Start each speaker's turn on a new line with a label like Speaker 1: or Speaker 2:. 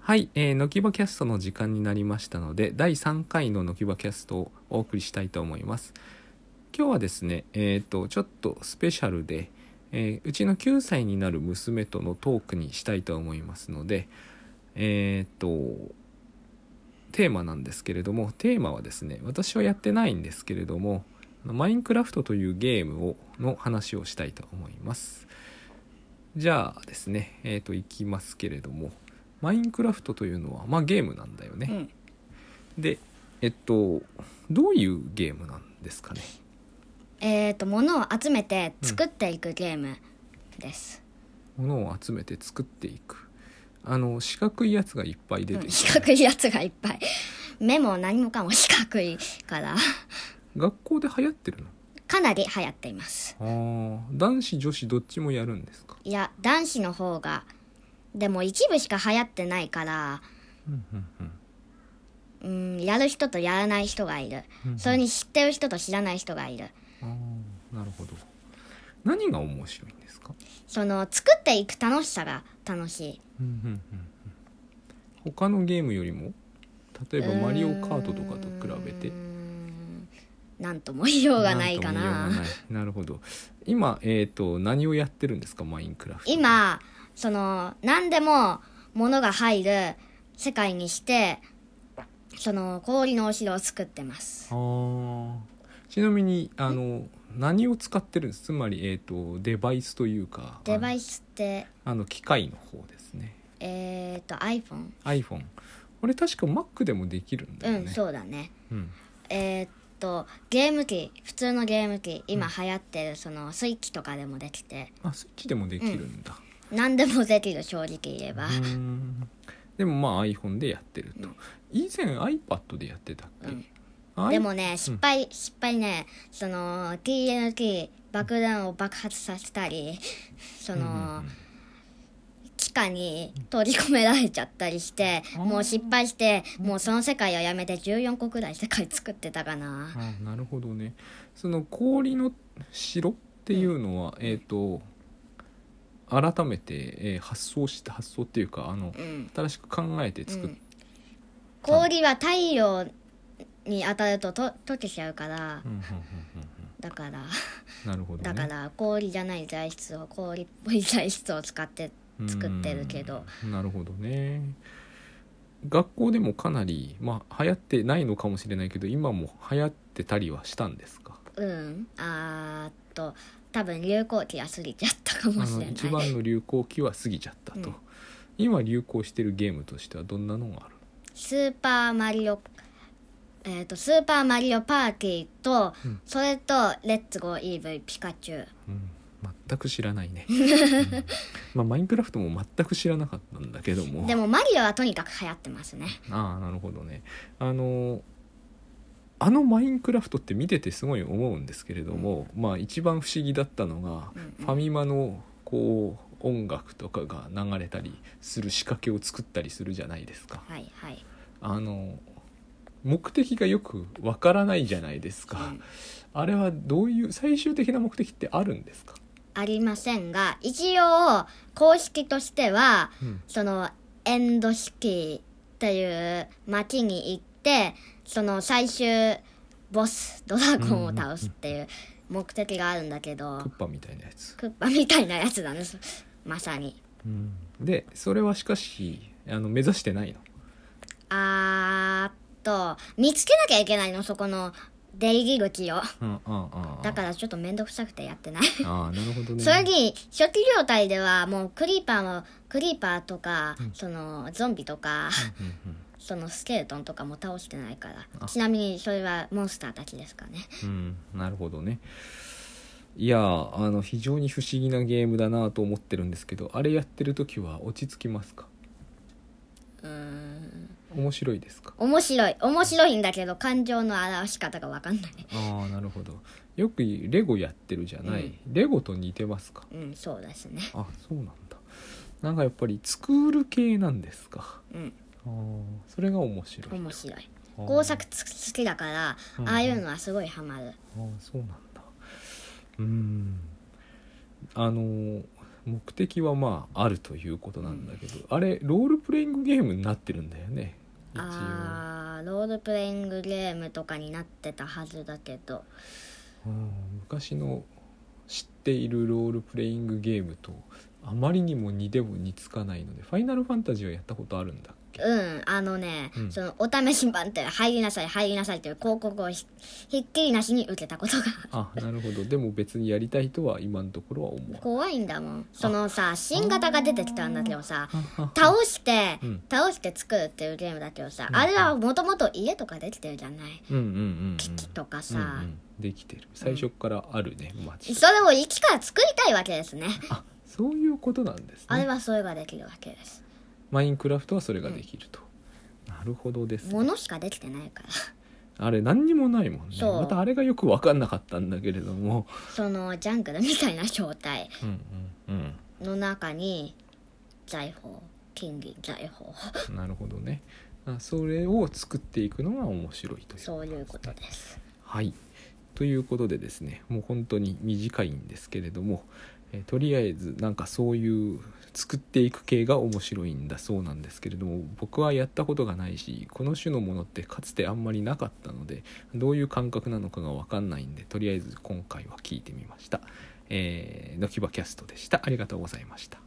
Speaker 1: はい、えー、のきばキャストの時間になりましたので、第3回ののきばキャストをお送りしたいと思います。今日はですね、えっ、と、ちょっとスペシャルで、えーうちの9歳になる娘とのトークにしたいと思いますので、えっ、と、テーマなんですけれども、テーマはですね、私はやってないんですけれども、あのマインクラフトというゲームをの話をしたいと思います。じゃあですね、えっ、と、いきますけれども、マインクラフトというのは、まあ、ゲームなんだよ
Speaker 2: う
Speaker 1: ね、
Speaker 2: ん、
Speaker 1: でえっとどういうゲームなんですかね
Speaker 2: えっ、と物を集めて作っていくゲームです、
Speaker 1: ものを集めて作っていくあの四角いやつがいっぱい出
Speaker 2: う
Speaker 1: て
Speaker 2: ん
Speaker 1: き
Speaker 2: 四
Speaker 1: て、
Speaker 2: 角いやつがいっぱい 目も何もかも四角いから
Speaker 1: 学校で流行ってる
Speaker 2: かなり流行っています
Speaker 1: のあー男子女子どっちもやるんですか
Speaker 2: いや男子の方がでも一部しか流行ってないから
Speaker 1: うんうんうん
Speaker 2: うんやる人とやらない人がいる
Speaker 1: うんうん
Speaker 2: それに知ってる人と知らない人がいる
Speaker 1: あーなるほど何が面白いんですか
Speaker 2: その作っていく楽しさが楽しい
Speaker 1: うんうんうんうん他のゲームよりも例えば「マリオカート」とかと比べて
Speaker 2: うーんなんとも言いようがないか
Speaker 1: んとも言いようが
Speaker 2: ない
Speaker 1: なるほど今、えー、と何をやってるんですかマインクラフト
Speaker 2: 今その何でも物が入る世界にしてその氷のお城を作ってます
Speaker 1: あーちなみにあの何を使ってるんですつまり、えー、とデバイスというか
Speaker 2: デバ
Speaker 1: イ
Speaker 2: イスって
Speaker 1: あの機械の方ですね
Speaker 2: えっ、と iPhone
Speaker 1: iPhone これ確か Mac でもできるんだ
Speaker 2: う
Speaker 1: よね
Speaker 2: んそうだね
Speaker 1: うん
Speaker 2: えっ、とゲーム機普通のゲーム機今
Speaker 1: うん
Speaker 2: 流行ってるそのスイッチとかでもできて
Speaker 1: あスイッチでもできるんだ、
Speaker 2: 何でもできる正直言えば
Speaker 1: うーんでもまあ iPhone でやってると、
Speaker 2: うん
Speaker 1: 以前 iPad でやってたっけ、
Speaker 2: うん
Speaker 1: iPad
Speaker 2: でもね失敗、失敗ねその TNT 爆弾を爆発させたりそ
Speaker 1: うんう
Speaker 2: の、
Speaker 1: んうん
Speaker 2: 地下に取り込められちゃったりして
Speaker 1: あー
Speaker 2: もう失敗してもうその世界をやめて14個くらい世界作ってたかな
Speaker 1: あなるほどねその氷の城っていうのは、えっ、と改めて、えー発想して発想っていうかあの
Speaker 2: うん、
Speaker 1: 新しく考えて
Speaker 2: う
Speaker 1: 作っ
Speaker 2: ん、氷は太陽に当たるとと溶けちゃうから
Speaker 1: うんうんうんうん
Speaker 2: だから
Speaker 1: うんなるほど、ね、
Speaker 2: だから氷じゃない材質を氷っぽい材質を使って作ってるけど
Speaker 1: うんなるほどね学校でもかなりまあ流行ってないのかもしれないけど今も流行ってたりはしたんですか
Speaker 2: うんあーっと多分流行期は過ぎちゃったかも
Speaker 1: あ
Speaker 2: し
Speaker 1: の
Speaker 2: れ
Speaker 1: 一
Speaker 2: ない
Speaker 1: 番の流行期は過ぎちゃったと、
Speaker 2: うん
Speaker 1: 今流行してるゲームとしてはどんなのがある
Speaker 2: スーパーマリオえっ、とスーパーマリオパーティーと、
Speaker 1: うん
Speaker 2: それとレッツゴーイーブイピカチュウ
Speaker 1: うん全く知らないね、 うんまあマインクラフトも全く知らなかったんだけども
Speaker 2: でもマリオはとにかく流行ってますね
Speaker 1: ああなるほどねあのあのマインクラフトって見ててすごい思うんですけれども、まあ一番不思議だったのが、
Speaker 2: うんうん
Speaker 1: ファミマのこう音楽とかが流れたりする仕掛けを作ったりするじゃないですか
Speaker 2: はいはい、
Speaker 1: あの目的がよくわからないじゃないですか、
Speaker 2: うん
Speaker 1: あれはどういう最終的な目的ってあるんですか、
Speaker 2: ありませんが一応公式としては
Speaker 1: うん
Speaker 2: そのエンド式っていう街に行ってその最終ボスドラゴンを倒すっていう目的があるんだけど、
Speaker 1: クッパみたいなやつ
Speaker 2: クッパみたいなやつだねそまさに
Speaker 1: でそれはしかしあの目指してないの
Speaker 2: あーっと見つけなきゃいけないのそこの出入り口を
Speaker 1: うんうんうんうん
Speaker 2: だからちょっと面倒くさくてやってない
Speaker 1: ああなるほどね
Speaker 2: それに初期状態ではもうクリーパーもクリーパーとか、
Speaker 1: うん
Speaker 2: そのゾンビとか、
Speaker 1: うんうん
Speaker 2: そのスケルトンとかも倒してないから
Speaker 1: あ
Speaker 2: ちなみにそれはモンスターたちですかね
Speaker 1: うん、なるほどねいやーあの非常に不思議なゲームだなと思ってるんですけどあれやってる時は落ち着きますか
Speaker 2: うーん
Speaker 1: 面白いですか
Speaker 2: 面白い面白いんだけど感情の表し方が分かんない
Speaker 1: ああなるほどよくレゴやってるじゃない、レゴと似てますか
Speaker 2: うんそうですね
Speaker 1: あそうなんだなんかやっぱり作る系なんですか
Speaker 2: うん
Speaker 1: あーそれが面白い
Speaker 2: 面白い
Speaker 1: あー
Speaker 2: 工作つ好きだから
Speaker 1: うん
Speaker 2: ああいうのはすごいハマる
Speaker 1: ああそうなんだうーんあの目的はまああるということなんだけど、あれロールプレイングゲームになってるんだよね一応
Speaker 2: あーロールプレイングゲームとかになってたはずだけど
Speaker 1: うん昔の知っているロールプレイングゲームとあまりにも似でも似つかないので「ファイナルファンタジー」はやったことあるんだっけ
Speaker 2: うんあのね、
Speaker 1: うん
Speaker 2: そのお試し版って入りなさい入りなさいという広告をひひっきりなしに受けたことが
Speaker 1: あなるほどでも別にやりたいとは今のところは思わ
Speaker 2: 怖いんだもんそのさ新型が出てきたんだけどさ
Speaker 1: ない
Speaker 2: 倒して、
Speaker 1: うん
Speaker 2: 倒して作るっていうゲームだけどさ、
Speaker 1: うん
Speaker 2: あれはもともと家とかできてるじゃない
Speaker 1: うんうんうんうん
Speaker 2: 基地とか
Speaker 1: うんう
Speaker 2: さ、
Speaker 1: んできてる最初からあるね街
Speaker 2: それを一から作りたいわけですね
Speaker 1: あそういうことなんです
Speaker 2: あれ
Speaker 1: ね
Speaker 2: はそれができるわけです
Speaker 1: マインクラフトはそれができると、なるほどですね
Speaker 2: 物しかできてないから
Speaker 1: あれ何にもないもんね
Speaker 2: そう
Speaker 1: またあれがよく分かんなかったんだけれども
Speaker 2: そのジャングルみたいな状態
Speaker 1: うんうんうん
Speaker 2: の中に財宝金銀財宝
Speaker 1: なるほどね。あそれを作っていくのが面白いという。
Speaker 2: そういうことです
Speaker 1: はい。ということでですね、もう本当に短いんですけれども、えーとりあえずなんかそういう作っていく系が面白いんだそうなんですけれども、僕はやったことがないし、この種のものってかつてあんまりなかったので、どういう感覚なのかがわかんないんで、とりあえず今回は聞いてみました。えー、のきばキャストでした。ありがとうございました。